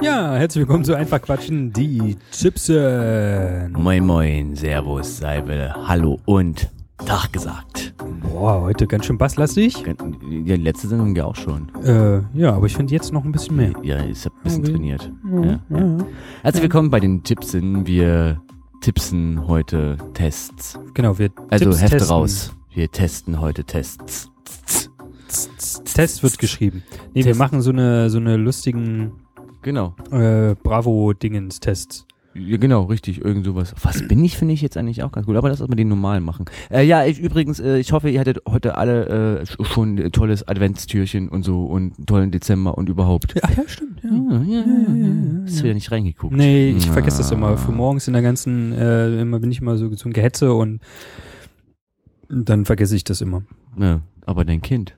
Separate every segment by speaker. Speaker 1: herzlich willkommen zu Einfach Quatschen, die Chipsen.
Speaker 2: Moin, moin, Servus, Salve, Hallo und Tag gesagt.
Speaker 1: Boah, heute ganz schön basslastig.
Speaker 2: Die letzte Sendung ja auch schon.
Speaker 1: Äh, ja, aber ich finde jetzt noch ein bisschen mehr.
Speaker 2: Ja, ich hab ein bisschen trainiert. Ja, ja. Herzlich willkommen bei den Chipsen. Wir tipsen heute Tests.
Speaker 1: Genau, wir
Speaker 2: Also
Speaker 1: Tipps
Speaker 2: Hefte
Speaker 1: testen.
Speaker 2: raus. Wir testen heute Tests.
Speaker 1: Test wird geschrieben. Nee, wir
Speaker 2: Test.
Speaker 1: machen so eine so eine lustigen
Speaker 2: Genau.
Speaker 1: äh, Bravo-Dingens-Tests.
Speaker 2: Ja, genau, richtig, irgend sowas. Was bin ich, finde ich jetzt eigentlich auch ganz gut. Aber lass erstmal den normalen machen. Äh, ja, ich, übrigens, äh, ich hoffe, ihr hattet heute alle äh, sch- schon ein tolles Adventstürchen und so und einen tollen Dezember und überhaupt.
Speaker 1: Ach ja, stimmt. Ah, Ja.
Speaker 2: Ja, ja, ja, ja. Hast du wieder nicht reingeguckt?
Speaker 1: Nee, ich vergesse das
Speaker 2: Ah.
Speaker 1: immer. Für morgens in der ganzen, äh, immer bin ich immer so zum Gehetze und dann vergesse ich das immer.
Speaker 2: Ah. Ja, aber dein Kind.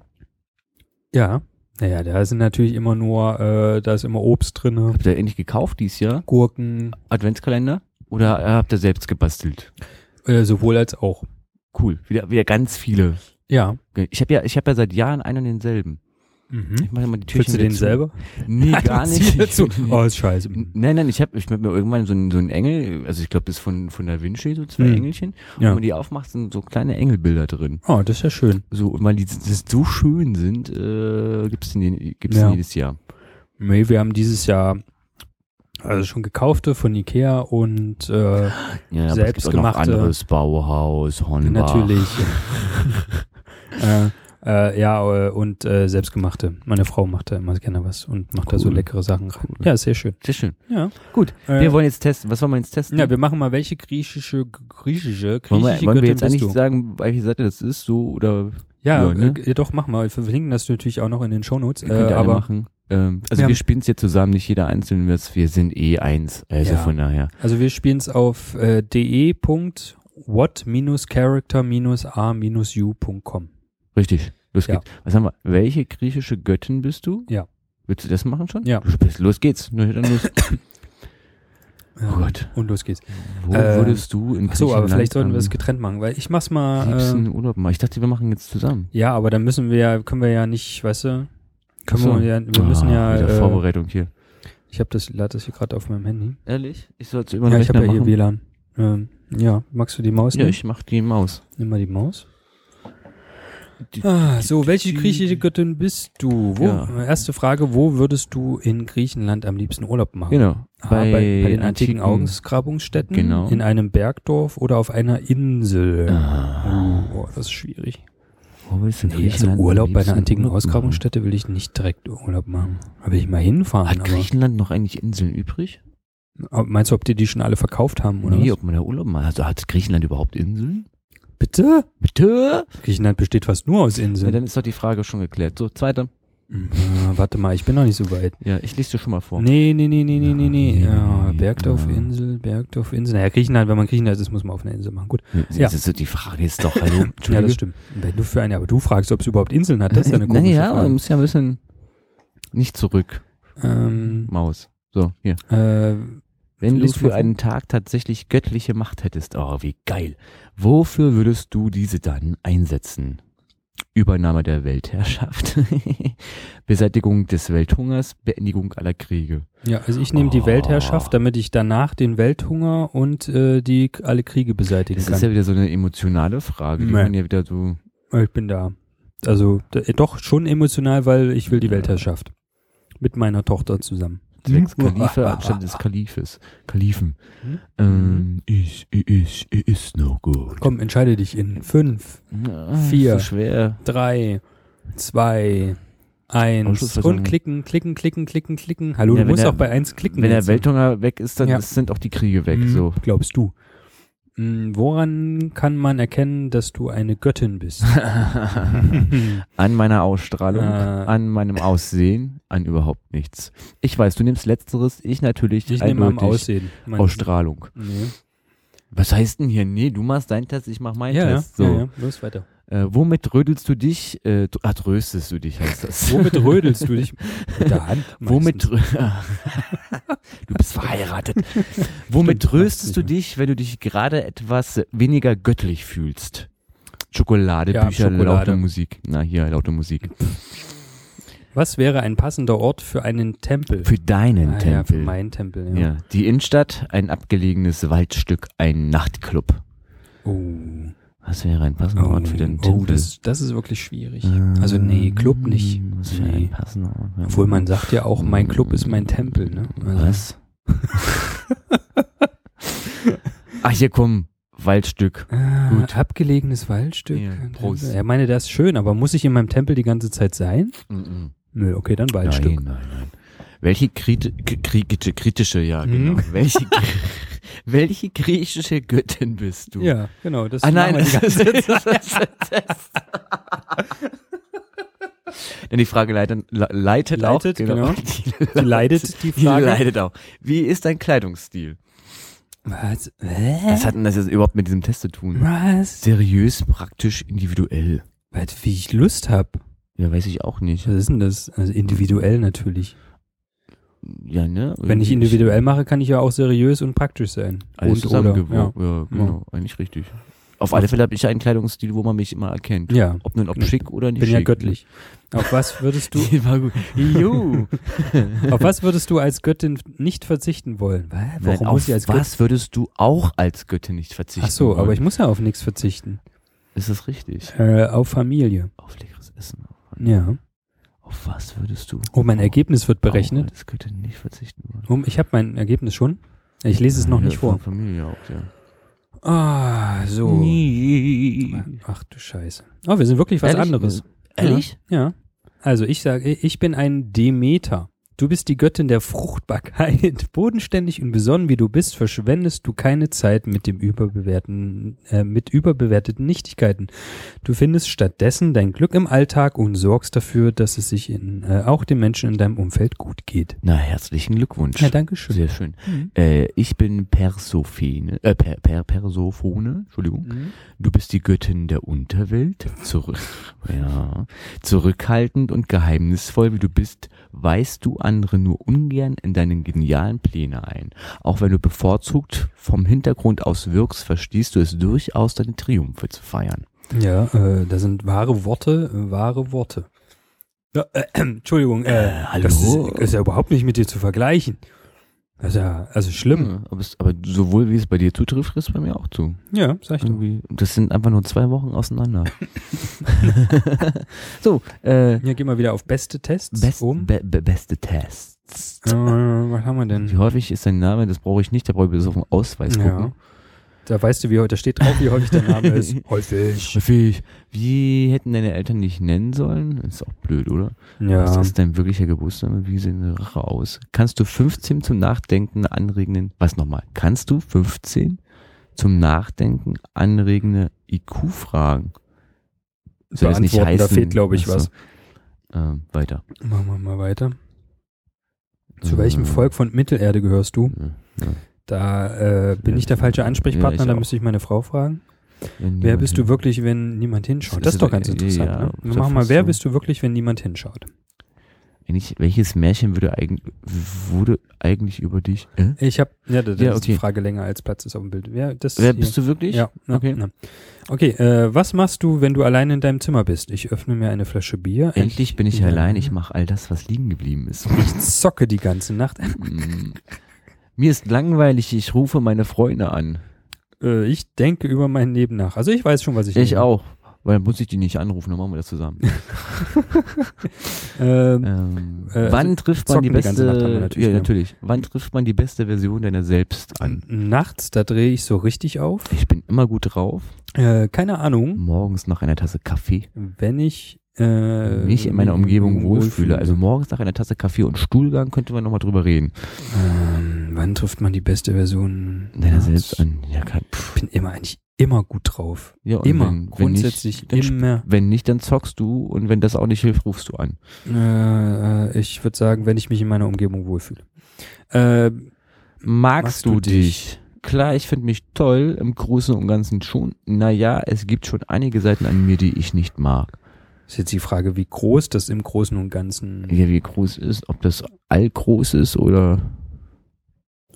Speaker 1: Ja. Naja, da sind natürlich immer nur, äh, da ist immer Obst drinne,
Speaker 2: Habt ihr endlich gekauft dieses Jahr?
Speaker 1: Gurken,
Speaker 2: Adventskalender? Oder äh, habt ihr selbst gebastelt?
Speaker 1: äh, sowohl als auch.
Speaker 2: Cool. Wieder, wieder ganz viele.
Speaker 1: Ja.
Speaker 2: Ich habe ja, ich hab ja seit Jahren einen und denselben.
Speaker 1: Mhm.
Speaker 2: Ich mache immer die Türchen
Speaker 1: Füllst du den
Speaker 2: wieder zu.
Speaker 1: selber?
Speaker 2: Nee, gar
Speaker 1: Zieh
Speaker 2: nicht.
Speaker 1: dazu. Oh, ist scheiße.
Speaker 2: Nein, nein, ich habe ich hab mir irgendwann so einen, so einen Engel, also ich glaube, das ist von, von Da Vinci, so zwei
Speaker 1: Hm.
Speaker 2: Engelchen. Und wenn
Speaker 1: Ja.
Speaker 2: man die aufmacht, sind so kleine Engelbilder drin.
Speaker 1: Oh, das ist ja schön.
Speaker 2: So, und weil die s- s- so schön sind, äh, gibt's den, je- gibt's
Speaker 1: Ja.
Speaker 2: den jedes Jahr.
Speaker 1: Nee, wir haben dieses Jahr also schon gekaufte von Ikea und äh,
Speaker 2: Ja, aber es gibt auch noch
Speaker 1: Selbstgemachte.
Speaker 2: anderes Bauhaus, Hornbach.
Speaker 1: natürlich. äh, äh, ja, äh, und äh, selbstgemachte. Meine Frau macht da immer gerne was und macht da so
Speaker 2: Cool.
Speaker 1: leckere Sachen rein. Ja, ist sehr schön.
Speaker 2: Sehr schön.
Speaker 1: Ja.
Speaker 2: Gut,
Speaker 1: Äh,
Speaker 2: wir wollen jetzt testen. Was wollen wir jetzt testen?
Speaker 1: ja, wir machen mal welche griechische, griechische, griechische
Speaker 2: wollen wir, wollen wir
Speaker 1: Göttin
Speaker 2: jetzt
Speaker 1: bist
Speaker 2: eigentlich
Speaker 1: du?
Speaker 2: sagen, welche Seite das ist, so oder
Speaker 1: Ja,
Speaker 2: Ja, ne?
Speaker 1: äh, doch, mach mal. Wir verlinken das natürlich auch noch in den Shownotes.
Speaker 2: könnt ihr
Speaker 1: Äh,
Speaker 2: alle
Speaker 1: aber
Speaker 2: machen? Ähm,
Speaker 1: Wir
Speaker 2: also wir,
Speaker 1: haben-
Speaker 2: spielen's jetzt zusammen, nicht jeder einzeln, wir wir sind eh eins. Also
Speaker 1: Ja.
Speaker 2: von daher.
Speaker 1: Also wir spielen es auf äh, de.what-character-a-u.com.
Speaker 2: Richtig, los
Speaker 1: Ja.
Speaker 2: geht's. Was haben wir? Welche griechische Göttin bist du?
Speaker 1: Ja.
Speaker 2: Willst du das machen schon?
Speaker 1: Ja.
Speaker 2: Du bist, los geht's. Na, dann los. Oh Gott.
Speaker 1: Und los geht's.
Speaker 2: Wo
Speaker 1: Äh,
Speaker 2: würdest du in
Speaker 1: Achso, aber
Speaker 2: Griechenland
Speaker 1: vielleicht sollten wir
Speaker 2: am
Speaker 1: es getrennt machen, weil ich mach's
Speaker 2: liebsten
Speaker 1: mal. Äh,
Speaker 2: Urlaub machen? Ich dachte, wir machen jetzt zusammen.
Speaker 1: ja, aber dann müssen wir ja, können wir ja nicht, weißt du,
Speaker 2: Ach
Speaker 1: können
Speaker 2: so.
Speaker 1: wir, ja, wir müssen
Speaker 2: Ah, Wieder
Speaker 1: ja. Äh,
Speaker 2: Vorbereitung hier.
Speaker 1: ich habe das, lad das hier gerade auf meinem Handy.
Speaker 2: Ehrlich? Ich soll es über den
Speaker 1: Ja, ich
Speaker 2: Rechner
Speaker 1: habe ja hier
Speaker 2: machen?
Speaker 1: WLAN. Ähm, ja, magst du die Maus?
Speaker 2: ja,
Speaker 1: nehmen?
Speaker 2: ich mach die Maus.
Speaker 1: Nimm mal die Maus.
Speaker 2: Die-
Speaker 1: Ah, so, welche
Speaker 2: die-
Speaker 1: griechische Göttin bist du? Wo,
Speaker 2: Ja.
Speaker 1: Erste Frage, wo würdest du in Griechenland am liebsten Urlaub machen?
Speaker 2: Genau.
Speaker 1: A, Ah, bei, bei den antiken Augengrabungsstätten,
Speaker 2: Genau.
Speaker 1: in einem Bergdorf oder auf einer Insel.
Speaker 2: Ah.
Speaker 1: Oh, das ist schwierig.
Speaker 2: Wo willst du in
Speaker 1: Nee, also
Speaker 2: Griechenland am
Speaker 1: Urlaub bei einer
Speaker 2: liebsten
Speaker 1: antiken
Speaker 2: Urlaub machen?
Speaker 1: Ausgrabungsstätte will ich nicht direkt Urlaub machen. Da will ich mal hinfahren.
Speaker 2: Hat
Speaker 1: Aber,
Speaker 2: Griechenland noch eigentlich Inseln übrig?
Speaker 1: aber meinst du, ob die die schon alle verkauft haben oder
Speaker 2: Nee,
Speaker 1: was?
Speaker 2: ob man da Urlaub macht. Also hat Griechenland überhaupt Inseln?
Speaker 1: Bitte?
Speaker 2: Bitte?
Speaker 1: Griechenland besteht fast nur aus
Speaker 2: Ja,
Speaker 1: Inseln.
Speaker 2: dann ist doch die Frage schon geklärt. So, zweite.
Speaker 1: Äh, warte mal, ich bin noch nicht so weit.
Speaker 2: Ja, ich lese dir schon mal vor.
Speaker 1: Nee, nee, nee, nee, nee, nee, nee. Ja,
Speaker 2: Nee,
Speaker 1: Bergdorf,
Speaker 2: ja.
Speaker 1: Bergdorfinsel, Bergdorf, Insel. Naja, Griechenland, wenn man Griechenland ist, muss man auf einer Insel machen. Gut.
Speaker 2: Ja. Das ist so, die Frage ist doch, hallo,
Speaker 1: Ja, das
Speaker 2: Entschuldige.
Speaker 1: stimmt. Wenn du für eine, aber du fragst, ob es überhaupt Inseln hat, das ist ja eine komische
Speaker 2: Naja, man
Speaker 1: Frage.
Speaker 2: muss ja ein bisschen nicht zurück,
Speaker 1: Ähm,
Speaker 2: Maus. So, hier.
Speaker 1: äh,
Speaker 2: Wenn du
Speaker 1: Lies mal
Speaker 2: für
Speaker 1: vor.
Speaker 2: einen Tag tatsächlich göttliche Macht hättest, oh, wie geil. Wofür würdest du diese dann einsetzen? Übernahme der Weltherrschaft, Beseitigung des Welthungers, Beendigung aller Kriege.
Speaker 1: ja, also ich nehme die
Speaker 2: Oh.
Speaker 1: Weltherrschaft, damit ich danach den Welthunger und äh, die alle Kriege beseitigen
Speaker 2: Das
Speaker 1: kann.
Speaker 2: ist ja wieder so eine emotionale Frage, die
Speaker 1: Nee.
Speaker 2: man ja wieder so
Speaker 1: Äh, ich bin da. Also d- äh, doch schon emotional, weil ich will die Weltherrschaft. Mit meiner Tochter zusammen.
Speaker 2: Sechs Kalife anstatt des Kalifes. Kalifen.
Speaker 1: Hm?
Speaker 2: Ähm, ich, ich, ich, ich ist no good.
Speaker 1: Komm, entscheide dich in fünf,
Speaker 2: Ah,
Speaker 1: Vier.
Speaker 2: So schwer.
Speaker 1: drei, zwei, eins
Speaker 2: Ausschussversammlung.
Speaker 1: und klicken, klicken, klicken, klicken, klicken. Hallo,
Speaker 2: Ja,
Speaker 1: du
Speaker 2: wenn
Speaker 1: musst
Speaker 2: der-
Speaker 1: auch bei eins klicken.
Speaker 2: Wenn der
Speaker 1: jetzt.
Speaker 2: Welthunger weg ist, dann
Speaker 1: Ja.
Speaker 2: ist- sind auch die Kriege weg.
Speaker 1: Hm,
Speaker 2: So.
Speaker 1: Glaubst du? Hm, Woran kann man erkennen, dass du eine Göttin bist?
Speaker 2: An meiner Ausstrahlung,
Speaker 1: Äh.
Speaker 2: an meinem Aussehen, an überhaupt nichts. Ich weiß, du nimmst letzteres, ich natürlich
Speaker 1: Ich nehme am
Speaker 2: eindeutig
Speaker 1: Aussehen. Mein-
Speaker 2: Ausstrahlung.
Speaker 1: Nee.
Speaker 2: Was heißt denn hier? Nee, du machst deinen Test, ich mach meinen
Speaker 1: Ja, ja,
Speaker 2: Test. So.
Speaker 1: ja, ja, los weiter.
Speaker 2: Äh, womit trödelst du dich? Äh, tr- ah, tröstest du dich, heißt das.
Speaker 1: Womit rödelst du dich? Mit der Hand.
Speaker 2: Womit
Speaker 1: meistens.
Speaker 2: trö- du bist verheiratet. Womit
Speaker 1: Stimmt,
Speaker 2: tröstest du
Speaker 1: weiß nicht
Speaker 2: dich, wenn du dich gerade etwas weniger göttlich fühlst? Schokolade,
Speaker 1: Ja,
Speaker 2: Bücher,
Speaker 1: Schokolade.
Speaker 2: laute Musik. Na hier, laute Musik.
Speaker 1: Was wäre ein passender Ort für einen Tempel?
Speaker 2: Für deinen
Speaker 1: ah, Ja, für
Speaker 2: Tempel.
Speaker 1: meinen Tempel, ja.
Speaker 2: ja, die Innenstadt, ein abgelegenes Waldstück, ein Nachtclub.
Speaker 1: Oh.
Speaker 2: Was wäre ein passender Ort für den Tempel? Ah.
Speaker 1: Oh, das, das ist wirklich schwierig. Also nee, Club nicht.
Speaker 2: Mm, Was für
Speaker 1: Nee.
Speaker 2: ein passender Ort? Ja.
Speaker 1: Obwohl man sagt ja auch, mein Club ist mein Tempel, ne? Also,
Speaker 2: Was? Ach, hier komm, Waldstück.
Speaker 1: Ah,
Speaker 2: Gut.
Speaker 1: Abgelegenes Waldstück.
Speaker 2: Ja,
Speaker 1: Tempel.
Speaker 2: Prost.
Speaker 1: Ja, meine, das ist schön, aber muss ich in meinem Tempel die ganze Zeit sein? Nö, okay, dann Waldstück.
Speaker 2: Mm, Nein, nein, nein. Welche kriti kri- kritische, kritische, ja,
Speaker 1: Mhm.
Speaker 2: genau. Welche, welche griechische Göttin bist du?
Speaker 1: Ja, genau. Das
Speaker 2: Ah nein,
Speaker 1: machen wir die
Speaker 2: das
Speaker 1: ganze
Speaker 2: ist das, das, Denn die Frage leitet, le- leitet,
Speaker 1: Leitet,
Speaker 2: auch.
Speaker 1: genau.
Speaker 2: Die,
Speaker 1: Die leidet die
Speaker 2: die
Speaker 1: Frage.
Speaker 2: leitet auch. Wie ist dein Kleidungsstil?
Speaker 1: Was? Hä?
Speaker 2: Was hat denn das jetzt überhaupt mit diesem Test zu tun?
Speaker 1: Was?
Speaker 2: Seriös, praktisch, individuell.
Speaker 1: Was, wie ich Lust hab.
Speaker 2: Ja, weiß ich auch nicht.
Speaker 1: Was ist denn das? Also individuell natürlich.
Speaker 2: Ja, ne?
Speaker 1: Wenn ich individuell mache, kann ich ja auch seriös und praktisch sein.
Speaker 2: Alles
Speaker 1: und oder. Ja.
Speaker 2: zusammengewogen. Ja. genau. Eigentlich richtig. Auf alle Fälle habe ich einen Kleidungsstil, wo man mich immer erkennt.
Speaker 1: ja,
Speaker 2: Ob nun ob schick oder nicht
Speaker 1: bin
Speaker 2: schick.
Speaker 1: ja göttlich. Auf was würdest du,
Speaker 2: Die war gut. Juhu.
Speaker 1: auf was würdest du als Göttin nicht verzichten wollen? Wa- Warum
Speaker 2: Nein,
Speaker 1: muss
Speaker 2: auf
Speaker 1: ich als Göttin?
Speaker 2: was würdest du auch als Göttin nicht verzichten?
Speaker 1: Ach so,
Speaker 2: wollen?
Speaker 1: aber ich muss ja auf nichts verzichten.
Speaker 2: Ist das richtig?
Speaker 1: Äh, auf Familie.
Speaker 2: Auf leckeres Essen.
Speaker 1: Ja.
Speaker 2: Auf was würdest du
Speaker 1: Oh, mein Ergebnis wird
Speaker 2: auch
Speaker 1: berechnet.
Speaker 2: als Göttin nicht verzichten wollen?
Speaker 1: Um, ich habe mein Ergebnis schon. Ich lese es noch
Speaker 2: Ja,
Speaker 1: nicht vor.
Speaker 2: von Familie auch, ja.
Speaker 1: Ah, so. Ach du Scheiße. Oh, wir sind wirklich was
Speaker 2: Ehrlich?
Speaker 1: anderes.
Speaker 2: Ehrlich?
Speaker 1: Ja. Also ich sage, ich bin ein Demeter. Du bist die Göttin der Fruchtbarkeit. Bodenständig und besonnen wie du bist, verschwendest du keine Zeit mit dem überbewerten, äh, mit überbewerteten Nichtigkeiten. Du findest stattdessen dein Glück im Alltag und sorgst dafür, dass es sich in, äh, auch den Menschen in deinem Umfeld gut geht.
Speaker 2: Na, herzlichen Glückwunsch.
Speaker 1: Ja, danke schön.
Speaker 2: Sehr schön. Äh, ich bin Persophene, äh, per, per, Persophone, Entschuldigung. Du bist die Göttin der Unterwelt, zurück, ja, zurückhaltend und geheimnisvoll wie du bist, weißt du andere nur ungern in deinen genialen Pläne ein. Auch wenn du bevorzugt vom Hintergrund aus wirkst, verstehst du es durchaus, deine Triumphe zu feiern.
Speaker 1: Ja, äh, da sind wahre Worte, äh, wahre Worte. Ja, äh, Entschuldigung, äh,
Speaker 2: hallo?
Speaker 1: das ist, ist ja überhaupt nicht mit dir zu vergleichen. Das ist ja, also schlimm.
Speaker 2: Ja, Aber, es, aber sowohl wie es bei dir zutrifft, trifft es bei mir auch zu.
Speaker 1: Ja, sag ich doch.
Speaker 2: Irgendwie, das sind einfach nur zwei Wochen auseinander. so, äh,
Speaker 1: Ja, geh mal wieder auf beste Tests um.
Speaker 2: best,
Speaker 1: oben.
Speaker 2: be, be, beste Tests.
Speaker 1: äh, was haben wir
Speaker 2: Wie
Speaker 1: denn?
Speaker 2: häufig ist dein Name? Das brauche ich nicht, da brauche ich bloß auf den Ausweis gucken.
Speaker 1: Da weißt du, wie heute da steht drauf, wie häufig der Name ist. Häufig.
Speaker 2: Häufig. Wie hätten deine Eltern dich nennen sollen? Ist auch blöd, oder? Was
Speaker 1: Ja.
Speaker 2: ist dein wirklicher Geburtsname? Wie sehen deine Rache aus? Kannst du 15 zum Nachdenken anregenden, was nochmal? Kannst du 15 zum Nachdenken anregende IQ-Fragen?
Speaker 1: Beantworten, da fehlt, glaube ich, was.
Speaker 2: Ähm, weiter.
Speaker 1: Machen wir mal weiter. Zu welchem Volk von Mittelerde gehörst du?
Speaker 2: Ja,
Speaker 1: Da äh, bin ich der falsche Ansprechpartner,
Speaker 2: Ja, ich
Speaker 1: da
Speaker 2: auch.
Speaker 1: müsste ich meine Frau fragen.
Speaker 2: wenn
Speaker 1: Wer
Speaker 2: jemand-
Speaker 1: bist du wirklich, wenn niemand hinschaut? Das ist doch ganz
Speaker 2: Mhm. Ja,
Speaker 1: interessant.
Speaker 2: ja,
Speaker 1: ne?
Speaker 2: das
Speaker 1: Wir
Speaker 2: ist
Speaker 1: machen mal,
Speaker 2: fast
Speaker 1: wer
Speaker 2: so.
Speaker 1: bist du wirklich, wenn niemand hinschaut?
Speaker 2: Wenn ich, welches Märchen würde eigentlich, wurde eigentlich über dich? Äh?
Speaker 1: Ich habe, ja, das das
Speaker 2: Ja,
Speaker 1: ist die
Speaker 2: okay.
Speaker 1: Frage länger als Platz ist auf dem Bild. Wer, das
Speaker 2: Wer bist du wirklich?
Speaker 1: Ja, na, okay.
Speaker 2: Okay.
Speaker 1: Na. Okay, äh, was machst du, wenn du allein in deinem Zimmer bist? Ich öffne mir eine Flasche Bier.
Speaker 2: Endlich bin ich
Speaker 1: Ja.
Speaker 2: allein, ich mache all das, was liegen geblieben
Speaker 1: Ich
Speaker 2: ist.
Speaker 1: zocke die ganze Nacht.
Speaker 2: Mm. Mir ist langweilig, ich rufe meine Freunde an.
Speaker 1: Äh, ich denke über mein Leben nach. Also ich weiß schon, was ich
Speaker 2: Ich
Speaker 1: nehme.
Speaker 2: auch. Weil dann muss ich die nicht anrufen, dann machen wir das zusammen.
Speaker 1: Ähm,
Speaker 2: Ähm,
Speaker 1: Äh, also
Speaker 2: wann trifft man
Speaker 1: zocken
Speaker 2: die
Speaker 1: die ganze
Speaker 2: beste
Speaker 1: Nacht haben wir natürlich,
Speaker 2: ja,
Speaker 1: ja.
Speaker 2: natürlich. Wann trifft man die beste Version deiner selbst an?
Speaker 1: Nachts, da drehe ich so richtig auf.
Speaker 2: Ich bin immer gut drauf.
Speaker 1: Äh, keine Ahnung,
Speaker 2: Morgens nach einer Tasse Kaffee.
Speaker 1: wenn ich äh,
Speaker 2: mich in meiner Umgebung wohlfühle. Also morgens nach einer Tasse Kaffee und Stuhlgang könnte man nochmal drüber reden.
Speaker 1: Ähm, wann trifft man die beste Version
Speaker 2: Deiner
Speaker 1: nachts?
Speaker 2: selbst an. Ja, kann, pff.
Speaker 1: Ich bin immer eigentlich immer gut drauf.
Speaker 2: ja und
Speaker 1: Immer.
Speaker 2: Wenn, wenn nicht,
Speaker 1: Grundsätzlich
Speaker 2: dann sp-
Speaker 1: immer.
Speaker 2: wenn nicht, dann zockst du und wenn das auch nicht hilft, rufst du an.
Speaker 1: Äh, äh, ich würde sagen, wenn ich mich in meiner Umgebung wohlfühle. Äh,
Speaker 2: Magst,
Speaker 1: du
Speaker 2: du dich? Klar, ich finde mich toll, im Großen und Ganzen schon. Naja, es gibt schon einige Seiten an mir, die ich nicht mag.
Speaker 1: ist jetzt die Frage, wie groß das im Großen und Ganzen.
Speaker 2: Ja, wie groß ist, ob das allgroß ist oder.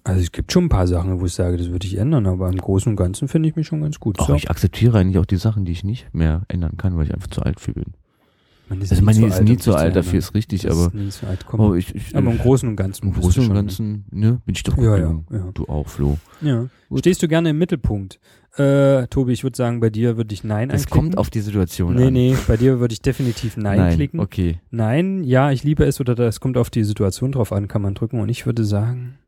Speaker 1: Also es gibt schon ein paar Sachen, wo ich sage, das würde ich ändern, aber im Großen und Ganzen finde ich mich schon ganz gut.
Speaker 2: Ach,
Speaker 1: So.
Speaker 2: ich akzeptiere eigentlich auch die Sachen, die ich nicht mehr ändern kann, weil ich einfach zu alt für bin.
Speaker 1: Man ist
Speaker 2: Also
Speaker 1: nie
Speaker 2: man
Speaker 1: zu
Speaker 2: ist
Speaker 1: alt,
Speaker 2: nie
Speaker 1: um
Speaker 2: zu
Speaker 1: sich
Speaker 2: alt, dafür
Speaker 1: erinnern.
Speaker 2: ist richtig,
Speaker 1: Das
Speaker 2: aber,
Speaker 1: ist nie zu alt. Komm.
Speaker 2: aber ich, ich,
Speaker 1: aber im Großen und Ganzen.
Speaker 2: im
Speaker 1: bist du
Speaker 2: Großen und
Speaker 1: schon-
Speaker 2: Ganzen ne, bin ich doch gut
Speaker 1: Ja, ja,
Speaker 2: genug.
Speaker 1: ja.
Speaker 2: Du auch, Flo.
Speaker 1: ja.
Speaker 2: Gut.
Speaker 1: Stehst du gerne im Mittelpunkt? Äh, Tobi, ich würde sagen, bei dir würde ich Nein
Speaker 2: Das
Speaker 1: anklicken.
Speaker 2: kommt auf die Situation
Speaker 1: Nee,
Speaker 2: an.
Speaker 1: nee, bei dir würde ich definitiv Nein, klicken.
Speaker 2: Okay.
Speaker 1: Nein, ja, ich liebe es oder das kommt auf die Situation drauf an, kann man drücken. Und ich würde sagen,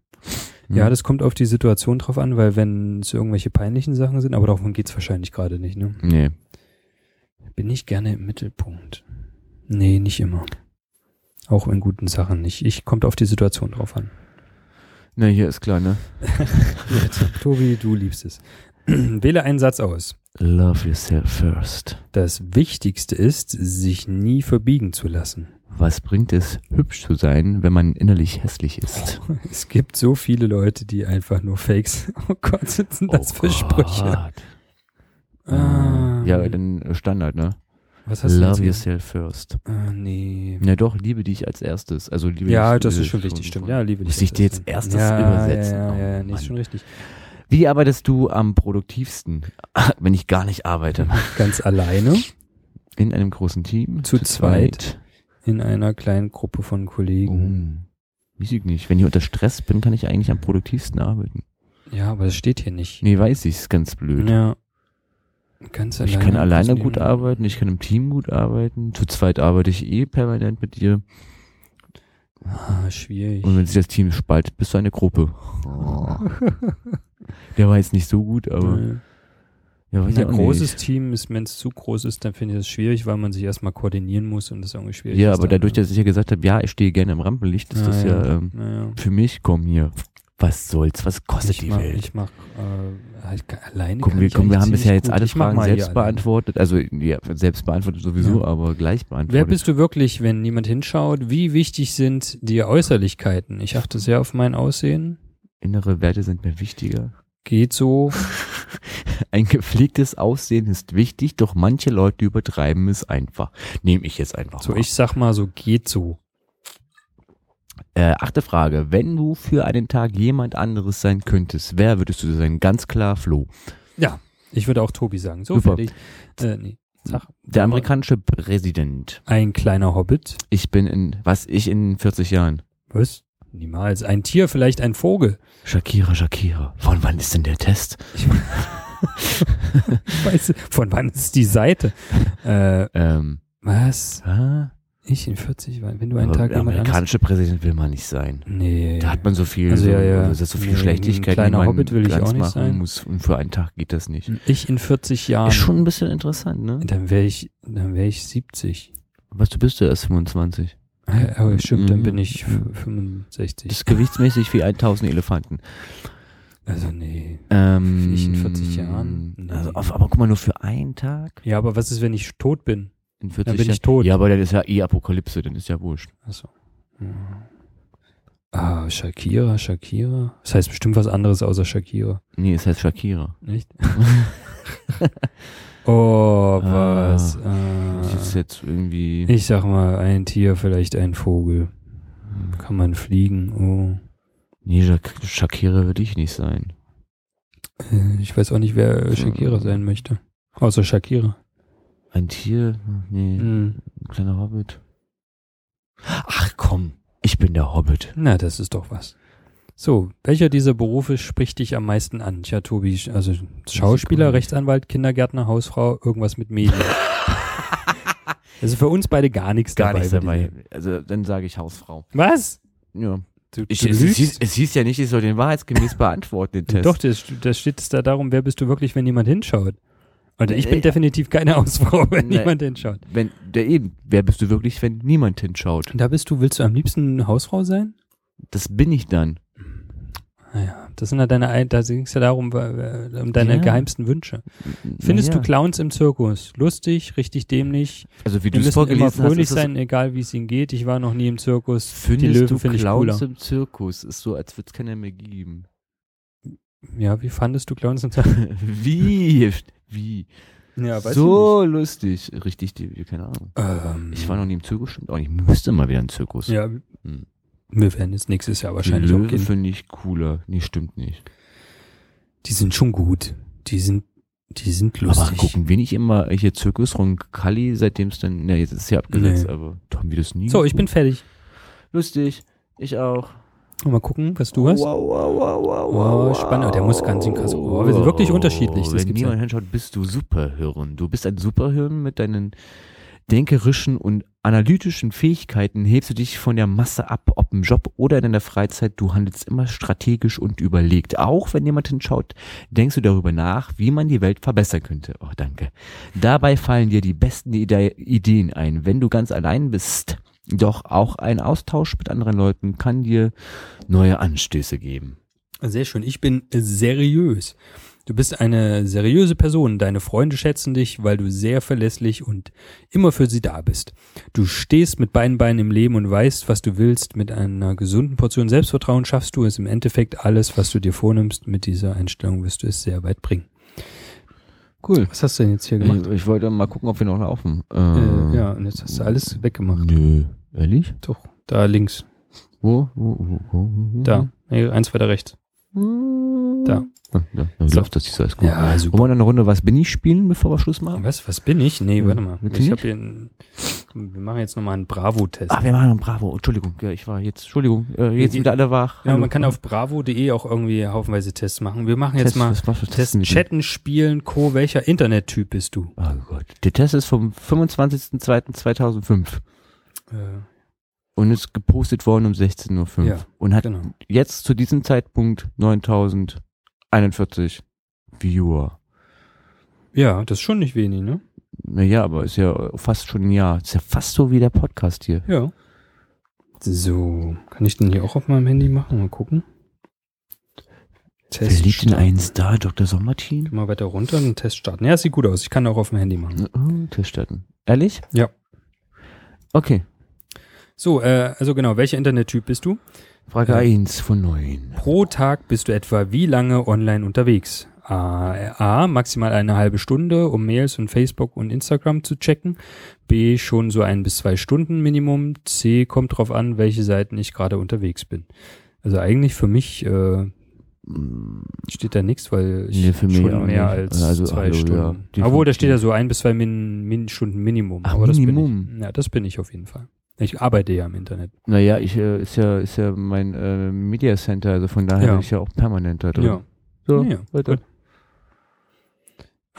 Speaker 2: Hm.
Speaker 1: ja, das kommt auf die Situation drauf an, weil wenn es irgendwelche peinlichen Sachen sind, aber davon geht's wahrscheinlich gerade nicht, ne?
Speaker 2: Nee.
Speaker 1: Bin ich gerne im Mittelpunkt? Nee, nicht immer. Auch in guten Sachen nicht. Ich kommt auf die Situation drauf an.
Speaker 2: Na, hier ist klar, ne?
Speaker 1: Tobi, du liebst es. Wähle einen Satz aus.
Speaker 2: Love yourself first.
Speaker 1: Das Wichtigste ist, sich nie verbiegen zu lassen.
Speaker 2: Was bringt es, hübsch zu sein, wenn man innerlich hässlich ist?
Speaker 1: Es gibt so viele Leute, die einfach nur Fakes. Oh Gott, sind das für Sprüche.
Speaker 2: Gott.
Speaker 1: Ähm,
Speaker 2: Ja, dann Standard, ne?
Speaker 1: was hast
Speaker 2: Love
Speaker 1: du jetzt?
Speaker 2: yourself first.
Speaker 1: Ah, nee.
Speaker 2: Ja doch, liebe dich als erstes. Also liebe
Speaker 1: Ja,
Speaker 2: dich,
Speaker 1: das
Speaker 2: liebe
Speaker 1: ist schon
Speaker 2: dich
Speaker 1: wichtig,
Speaker 2: von-
Speaker 1: stimmt. Ja, liebe
Speaker 2: Muss
Speaker 1: dich
Speaker 2: ich dir jetzt
Speaker 1: selbst.
Speaker 2: erst das
Speaker 1: ja,
Speaker 2: übersetzen?
Speaker 1: Ja, ja, ja,
Speaker 2: Oh,
Speaker 1: nee, ist schon richtig.
Speaker 2: Wie arbeitest du am produktivsten, wenn ich gar nicht arbeite?
Speaker 1: Ganz alleine
Speaker 2: In einem großen Team?
Speaker 1: Zu in einer kleinen Gruppe von Kollegen.
Speaker 2: Oh. Weiß ich nicht. Wenn ich unter Stress bin, kann ich eigentlich am produktivsten arbeiten.
Speaker 1: Ja, aber das steht hier nicht.
Speaker 2: Oh. Nee, weiß ich, ist ganz blöd.
Speaker 1: Ja. Ganz alleine.
Speaker 2: ich kann alleine gut
Speaker 1: arbeiten.
Speaker 2: arbeiten, ich kann im Team gut arbeiten, zu zweit arbeite ich eh permanent mit dir.
Speaker 1: Ah, schwierig.
Speaker 2: Und wenn sich das Team spaltet, bist du eine Gruppe.
Speaker 1: Oh.
Speaker 2: Der war jetzt nicht so gut, aber.
Speaker 1: Äh,
Speaker 2: Ja, weiß
Speaker 1: Wenn ein
Speaker 2: ich auch
Speaker 1: großes
Speaker 2: nicht.
Speaker 1: Team ist, wenn es zu groß ist, dann finde ich das schwierig, weil man sich erstmal koordinieren muss und das irgendwie schwierig
Speaker 2: Ja,
Speaker 1: ist.
Speaker 2: aber
Speaker 1: dann,
Speaker 2: dadurch,
Speaker 1: ne?
Speaker 2: dass ich ja gesagt habe, ja, ich stehe gerne im Rampenlicht, ist
Speaker 1: Ah,
Speaker 2: das ja, ähm,
Speaker 1: naja.
Speaker 2: für mich, komm hier. Was soll's, was kostet
Speaker 1: Ich
Speaker 2: die
Speaker 1: mach,
Speaker 2: Welt?
Speaker 1: ich mach äh, halt ge- alleine.
Speaker 2: Komm,
Speaker 1: kann
Speaker 2: wir,
Speaker 1: ich
Speaker 2: komm, wir
Speaker 1: eigentlich
Speaker 2: haben bisher
Speaker 1: ziemlich
Speaker 2: jetzt
Speaker 1: gut.
Speaker 2: alle
Speaker 1: Ich mach
Speaker 2: Fragen
Speaker 1: mal hier
Speaker 2: selbst
Speaker 1: alleine.
Speaker 2: beantwortet. Also, ja, selbst beantwortet sowieso,
Speaker 1: Ja.
Speaker 2: aber gleich beantwortet.
Speaker 1: Wer bist du wirklich, wenn niemand hinschaut? Wie wichtig sind dir Äußerlichkeiten? Ich achte sehr auf mein Aussehen.
Speaker 2: Innere Werte sind mir wichtiger.
Speaker 1: Geht so.
Speaker 2: Ein gepflegtes Aussehen ist wichtig, doch manche Leute übertreiben es einfach. Nehme ich jetzt einfach
Speaker 1: So,
Speaker 2: mal.
Speaker 1: ich sag mal so, geht so.
Speaker 2: Äh, achte Frage. Wenn du für einen Tag jemand anderes sein könntest, wer würdest du sein? Ganz klar Flo.
Speaker 1: Ja, ich würde auch Tobi sagen. So
Speaker 2: Super.
Speaker 1: fertig. Äh, nee. Sag,
Speaker 2: Der amerikanische Präsident.
Speaker 1: ein kleiner Hobbit.
Speaker 2: Ich bin in, was ich in 40 Jahren?
Speaker 1: Was? Niemals. Ein Tier, vielleicht ein Vogel.
Speaker 2: Shakira, Shakira. Von wann ist denn der Test?
Speaker 1: Weißt du, von wann ist die Seite? Äh,
Speaker 2: Ähm,
Speaker 1: was?
Speaker 2: äh,
Speaker 1: Ich in 40? war- Wenn du einen
Speaker 2: aber
Speaker 1: Tag
Speaker 2: Also der
Speaker 1: jemand anderes...
Speaker 2: amerikanische Präsident will man nicht sein.
Speaker 1: Nee.
Speaker 2: Da hat man so viel,
Speaker 1: Also,
Speaker 2: so,
Speaker 1: ja, ja.
Speaker 2: Also so viel
Speaker 1: Nee,
Speaker 2: Schlechtigkeit,
Speaker 1: ein kleiner
Speaker 2: die man
Speaker 1: Hobbit will ich
Speaker 2: ganz
Speaker 1: auch nicht
Speaker 2: machen
Speaker 1: sein.
Speaker 2: muss. Und für einen Tag geht das nicht.
Speaker 1: Ich in 40 Jahren.
Speaker 2: Ist schon ein bisschen interessant, ne?
Speaker 1: Dann wäre ich, dann wäre ich 70.
Speaker 2: Was, du bist ja erst 25.
Speaker 1: Ah, Aber stimmt, dann
Speaker 2: Mhm.
Speaker 1: bin ich f- 65.
Speaker 2: Das ist gewichtsmäßig wie 1000 Elefanten.
Speaker 1: also nee.
Speaker 2: Ähm,
Speaker 1: Ich in 40 Jahren? Nee.
Speaker 2: Also, auf- aber guck mal, nur für einen Tag?
Speaker 1: Ja, aber was ist, wenn ich tot bin?
Speaker 2: In 40
Speaker 1: Dann bin ich
Speaker 2: Jahren?
Speaker 1: tot.
Speaker 2: Ja, aber dann ist ja eh Apokalypse, dann ist ja wurscht.
Speaker 1: Achso. Ja. Ah, Shakira, Shakira. Das heißt bestimmt was anderes außer Shakira,
Speaker 2: Nee, es heißt Shakira.
Speaker 1: nicht? oh, was? Ah.
Speaker 2: Das ist jetzt irgendwie.
Speaker 1: Ich sag mal, ein Tier, vielleicht ein Vogel. Kann man fliegen?
Speaker 2: Nee, Shak- Shakira würde ich nicht sein.
Speaker 1: Oh. Äh, Ich weiß auch nicht, wer äh, Shakira sein möchte. Außer Shakira.
Speaker 2: Ein Tier? Nee,
Speaker 1: Mhm.
Speaker 2: ein kleiner Hobbit. Ach komm, ich bin der Hobbit.
Speaker 1: Na, das ist doch was. So, welcher dieser Berufe spricht dich am meisten an? Tja, Tobi, also Schauspieler,
Speaker 2: gut.
Speaker 1: Rechtsanwalt, Kindergärtner, Hausfrau, irgendwas mit Medien. also für uns beide gar nichts
Speaker 2: Gar
Speaker 1: dabei.
Speaker 2: nichts
Speaker 1: würde
Speaker 2: dabei.
Speaker 1: ich sagen.
Speaker 2: Also dann sage ich Hausfrau.
Speaker 1: Was?
Speaker 2: Ja.
Speaker 1: Du,
Speaker 2: Ich,
Speaker 1: du
Speaker 2: es, es, hieß,
Speaker 1: lügst?
Speaker 2: es hieß ja nicht, ich soll den wahrheitsgemäß beantworten, den Test.
Speaker 1: Doch, das, das steht es da darum, wer bist du wirklich, wenn niemand hinschaut? Und ich bin
Speaker 2: Nee.
Speaker 1: definitiv keine Hausfrau, wenn
Speaker 2: Nee.
Speaker 1: niemand hinschaut.
Speaker 2: Wenn, der eben, wer bist du wirklich, wenn niemand hinschaut?
Speaker 1: Und da bist du, willst du am liebsten eine Hausfrau sein?
Speaker 2: Das bin ich dann.
Speaker 1: Naja, das sind ja deine, ein- da ging es ja darum, äh, um deine
Speaker 2: Ja.
Speaker 1: geheimsten Wünsche. Findest
Speaker 2: Naja.
Speaker 1: du Clowns im Zirkus lustig, richtig dämlich,
Speaker 2: also wie
Speaker 1: Wir
Speaker 2: du es
Speaker 1: müssen immer
Speaker 2: vorgelesen hast,
Speaker 1: fröhlich
Speaker 2: ist das,
Speaker 1: sein, egal wie es ihnen geht. Ich war noch nie im Zirkus. die
Speaker 2: findest
Speaker 1: Löwen
Speaker 2: du
Speaker 1: finde ich
Speaker 2: Clowns
Speaker 1: cooler.
Speaker 2: im Zirkus? Ist so, als würde es keiner mehr geben.
Speaker 1: Ja, wie fandest du Clowns im Zirkus?
Speaker 2: Wie? Wie?
Speaker 1: ja,
Speaker 2: so lustig. Richtig, die, keine Ahnung.
Speaker 1: ich nicht. Ähm,
Speaker 2: Ich war noch nie im Zirkus, stimmt auch nicht. Ich müsste mal wieder in den Zirkus.
Speaker 1: Ja,
Speaker 2: Hm.
Speaker 1: wir werden jetzt nächstes Jahr wahrscheinlich
Speaker 2: die
Speaker 1: auch
Speaker 2: Löwe
Speaker 1: gehen.
Speaker 2: finde ich cooler. Nee, stimmt nicht.
Speaker 1: Die sind schon gut. Die sind Die sind
Speaker 2: Aber
Speaker 1: lustig.
Speaker 2: gucken wir nicht immer hier Zirkus und Kalli, seitdem es dann, na, jetzt ist es ja abgesetzt,
Speaker 1: Nee.
Speaker 2: aber haben wir das nie.
Speaker 1: so, ich bin
Speaker 2: geguckt.
Speaker 1: fertig.
Speaker 2: lustig. Ich auch.
Speaker 1: Mal gucken, was du hast.
Speaker 2: Wow, wow, wow, wow,
Speaker 1: Wow, spannend. Oh, der muss ganz schön krass. Oh, wir sind wirklich unterschiedlich. Das
Speaker 2: Wenn
Speaker 1: gibt's
Speaker 2: niemand
Speaker 1: ja.
Speaker 2: hinschaut, bist du Superhirn. Du bist ein Superhirn mit deinen denkerischen und analytischen Fähigkeiten. Hebst du dich von der Masse ab, ob im Job oder in deiner Freizeit. Du handelst immer strategisch und überlegt. Auch wenn niemand hinschaut, denkst du darüber nach, wie man die Welt verbessern könnte. Oh, danke. Dabei fallen dir die besten Ide Ideen ein, wenn du ganz allein bist. Doch auch ein Austausch mit anderen Leuten kann dir neue Anstöße geben.
Speaker 1: Sehr schön. Ich bin seriös. Du bist eine seriöse Person. Deine Freunde schätzen dich, weil du sehr verlässlich und immer für sie da bist. Du stehst mit beiden Beinen im Leben und weißt, was du willst. Mit einer gesunden Portion Selbstvertrauen schaffst du es im Endeffekt alles, was du dir vornimmst. Mit dieser Einstellung wirst du es sehr weit bringen.
Speaker 2: Cool.
Speaker 1: Was hast du denn jetzt hier
Speaker 2: Ich, ich wollte mal gucken, ob wir noch laufen. Äh,
Speaker 1: Äh, ja, und jetzt hast du alles weggemacht.
Speaker 2: Nö. Ehrlich?
Speaker 1: Doch, da links.
Speaker 2: Wo? Wo? Wo? wo, wo?
Speaker 1: Da. Nee, eins weiter rechts. Da.
Speaker 2: Ah, da. Dann
Speaker 1: So.
Speaker 2: läuft das nicht so alles gut.
Speaker 1: super.
Speaker 2: Wollen wir noch eine Runde Was bin ich spielen, bevor wir Schluss machen?
Speaker 1: Was, was bin ich? Nee,
Speaker 2: Ja,
Speaker 1: warte mal.
Speaker 2: bitte
Speaker 1: Ich
Speaker 2: nicht?
Speaker 1: hab hier einen, wir machen jetzt nochmal einen Bravo-Test.
Speaker 2: Ah, wir machen einen Bravo. Entschuldigung. Ja, ich war jetzt, Entschuldigung. Äh,
Speaker 1: Wie-
Speaker 2: jetzt sind wieder alle wach.
Speaker 1: Ja,
Speaker 2: Hallo.
Speaker 1: man kann auf bravo.de auch irgendwie haufenweise Tests machen. Wir machen jetzt
Speaker 2: Test,
Speaker 1: mal
Speaker 2: was- was für
Speaker 1: Test,
Speaker 2: testen wir denn?
Speaker 1: Chatten, Spielen, Co. Welcher Internettyp bist du?
Speaker 2: Oh Gott. Der Test ist vom 25.02.2005
Speaker 1: Äh,
Speaker 2: und ist gepostet worden um 16.05 Uhr
Speaker 1: Ja,
Speaker 2: und hat
Speaker 1: genau.
Speaker 2: jetzt zu diesem Zeitpunkt 9041 Viewer.
Speaker 1: Ja, das ist schon nicht wenig, ne?
Speaker 2: Naja, aber ist ja fast schon ein Jahr. Ist ja fast so wie der Podcast hier.
Speaker 1: Ja. So, kann ich den hier auch auf meinem Handy machen? Mal gucken.
Speaker 2: Wer liegt denn
Speaker 1: starten.
Speaker 2: einen Star? Dr. Sommertin?
Speaker 1: Geh Mal weiter runter und Test starten. Ja, sieht gut aus. Ich kann auch auf dem Handy machen.
Speaker 2: Oh, Tischstatten. Ehrlich?
Speaker 1: Ja.
Speaker 2: Okay.
Speaker 1: So, äh, also genau, welcher Internettyp bist du?
Speaker 2: Frage
Speaker 1: Ja.
Speaker 2: 1 von 9.
Speaker 1: Pro Tag bist du etwa wie lange online unterwegs? A, A, maximal eine halbe Stunde, um Mails und Facebook und Instagram zu checken. B, schon so ein bis zwei Stunden Minimum. C, kommt drauf an, welche Seiten ich gerade unterwegs bin. Also eigentlich für mich äh, steht da nichts, weil ich
Speaker 2: Nee, für mich auch
Speaker 1: schon mehr
Speaker 2: nicht.
Speaker 1: als
Speaker 2: Also,
Speaker 1: zwei
Speaker 2: hallo, ja,
Speaker 1: Stunden.
Speaker 2: definitiv.
Speaker 1: Obwohl, da steht ja so ein bis zwei Min, Min Stunden Minimum.
Speaker 2: Ach,
Speaker 1: Aber das Bin
Speaker 2: Minimum.
Speaker 1: ich, ja, das bin ich auf jeden Fall. Ich arbeite ja im Internet.
Speaker 2: Naja, ich, äh, ist, ja, ist ja mein äh, Media Center, also von daher
Speaker 1: Ja.
Speaker 2: bin ich ja auch permanent da drin.
Speaker 1: Ja.
Speaker 2: So,
Speaker 1: Ja,
Speaker 2: weiter.
Speaker 1: gut.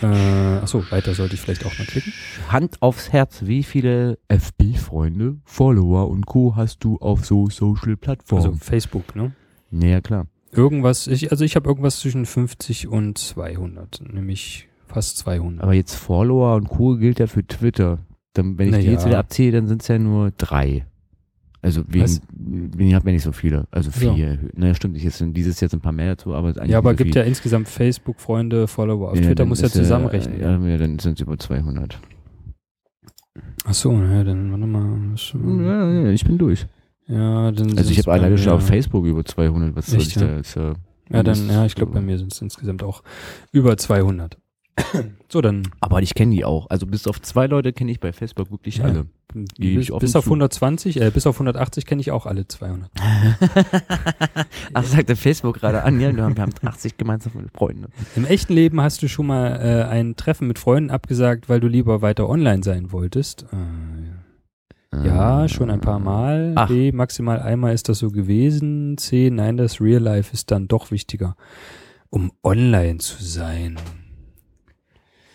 Speaker 1: Äh, achso, weiter sollte ich vielleicht auch mal klicken.
Speaker 2: Hand aufs Herz, wie viele FB-Freunde, Follower und Co. hast du auf so
Speaker 1: Also
Speaker 2: Social-Plattformen?
Speaker 1: Facebook, ne?
Speaker 2: naja, klar.
Speaker 1: Irgendwas, ich, also ich habe irgendwas zwischen 50 und 200, nämlich fast 200.
Speaker 2: Aber jetzt Follower und Co. gilt ja für Twitter. Dann, wenn ich die
Speaker 1: Naja.
Speaker 2: jetzt wieder abziehe, dann sind es ja nur drei. Also wegen,
Speaker 1: Was?
Speaker 2: ich habe ja nicht so viele. Also
Speaker 1: Ja.
Speaker 2: vier. Naja, stimmt, ich jetzt sind dieses jetzt ein paar mehr dazu, aber eigentlich
Speaker 1: ja, aber
Speaker 2: nicht so
Speaker 1: gibt
Speaker 2: viel.
Speaker 1: ja insgesamt Facebook, Freunde, Follower. Auf
Speaker 2: Ja,
Speaker 1: Twitter
Speaker 2: dann
Speaker 1: muss ja
Speaker 2: ist
Speaker 1: zusammenrechnen.
Speaker 2: Ja, ja, dann sind es über 200.
Speaker 1: Achso, naja, dann warte mal. was-
Speaker 2: Ja, ja, ich bin durch.
Speaker 1: Hm. Ja, dann
Speaker 2: Mhm. Also ich
Speaker 1: sind's
Speaker 2: habe
Speaker 1: bei
Speaker 2: alleine schon
Speaker 1: mir-
Speaker 2: auf Facebook über 200. Was soll
Speaker 1: Echt,
Speaker 2: ich
Speaker 1: ja?
Speaker 2: da jetzt? äh,
Speaker 1: Ja, dann, ja, ich
Speaker 2: das-
Speaker 1: glaube, bei mir sind es insgesamt auch über 200. So, dann
Speaker 2: Aber ich kenne die auch. Also bis auf zwei Leute kenne ich bei Facebook wirklich
Speaker 1: Ja.
Speaker 2: alle. Geh ich
Speaker 1: bis,
Speaker 2: offen
Speaker 1: bis auf
Speaker 2: zu.
Speaker 1: 120, äh, bis auf 180 kenne ich auch alle 200.
Speaker 2: Ach, sagte Facebook gerade an, ja, wir haben wir haben 80 gemeinsame Freunde.
Speaker 1: Im echten Leben hast du schon mal äh, ein Treffen mit Freunden abgesagt, weil du lieber weiter online sein wolltest. Äh, ja, schon ein paar Mal.
Speaker 2: Ah. Ach.
Speaker 1: B, maximal einmal ist das so gewesen. C, nein, das Real Life ist dann doch wichtiger, um online zu sein.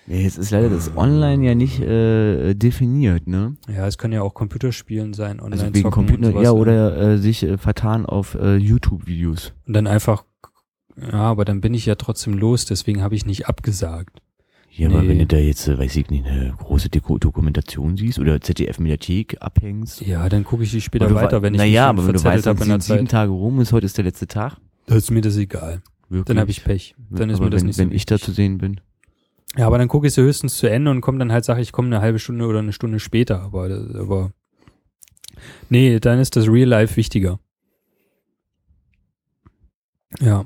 Speaker 2: Nee, jetzt ist leider das Online ja nicht äh, definiert, ne?
Speaker 1: Ja, es können ja auch Computerspielen sein, online
Speaker 2: Also wegen
Speaker 1: zocken
Speaker 2: Computer,
Speaker 1: und sowas,
Speaker 2: ja,
Speaker 1: ne?
Speaker 2: oder äh, sich äh, vertan auf äh, YouTube-Videos.
Speaker 1: Und dann einfach, ja, aber dann bin ich ja trotzdem los, deswegen habe ich nicht abgesagt.
Speaker 2: Ja,
Speaker 1: Nee.
Speaker 2: aber wenn du da jetzt, äh, weiß ich nicht, eine große Deko Dokumentation siehst oder ZDF-Mediathek abhängst.
Speaker 1: Ja, dann gucke ich die später
Speaker 2: und du
Speaker 1: weiter,
Speaker 2: wei-
Speaker 1: wenn ich
Speaker 2: Naja,
Speaker 1: mich
Speaker 2: aber wenn du weißt,
Speaker 1: habe
Speaker 2: dass
Speaker 1: in der
Speaker 2: sind sieben
Speaker 1: Zeit.
Speaker 2: Tage rum ist, heute ist der letzte Tag.
Speaker 1: Dann ist mir das egal.
Speaker 2: Wirklich.
Speaker 1: Dann habe ich Pech. Dann ist
Speaker 2: aber
Speaker 1: mir das
Speaker 2: wenn,
Speaker 1: nicht so
Speaker 2: Wenn ich da
Speaker 1: wichtig.
Speaker 2: zu sehen bin.
Speaker 1: Ja, aber dann gucke ich sie höchstens zu Ende und komme dann halt, sage ich, komme eine halbe Stunde oder eine Stunde später. Aber, aber nee, dann ist das Real Life wichtiger. Ja.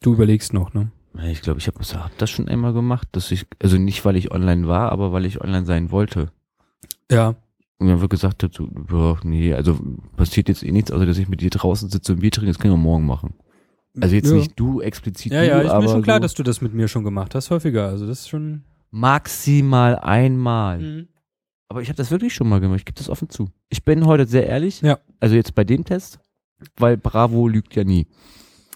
Speaker 1: Du überlegst noch, ne?
Speaker 2: Ja, Ich glaube, ich habe hab das schon einmal gemacht, dass ich, also nicht, weil ich online war, aber weil ich online sein wollte.
Speaker 1: Ja.
Speaker 2: Und dann wird gesagt dazu, ja, nee, also passiert jetzt eh nichts, außer dass ich mit dir draußen sitze und Bier trinke, das können wir morgen machen. Also jetzt
Speaker 1: Ja.
Speaker 2: nicht du explizit,
Speaker 1: Ja,
Speaker 2: du,
Speaker 1: ja, ist
Speaker 2: aber
Speaker 1: mir schon klar,
Speaker 2: so
Speaker 1: dass du das mit mir schon gemacht hast, häufiger. Also das ist schon.
Speaker 2: maximal einmal.
Speaker 1: Mhm.
Speaker 2: Aber ich habe das wirklich schon mal gemacht. Ich gebe das offen zu. Ich bin heute sehr ehrlich.
Speaker 1: Ja.
Speaker 2: Also jetzt bei dem Test, weil Bravo lügt ja nie.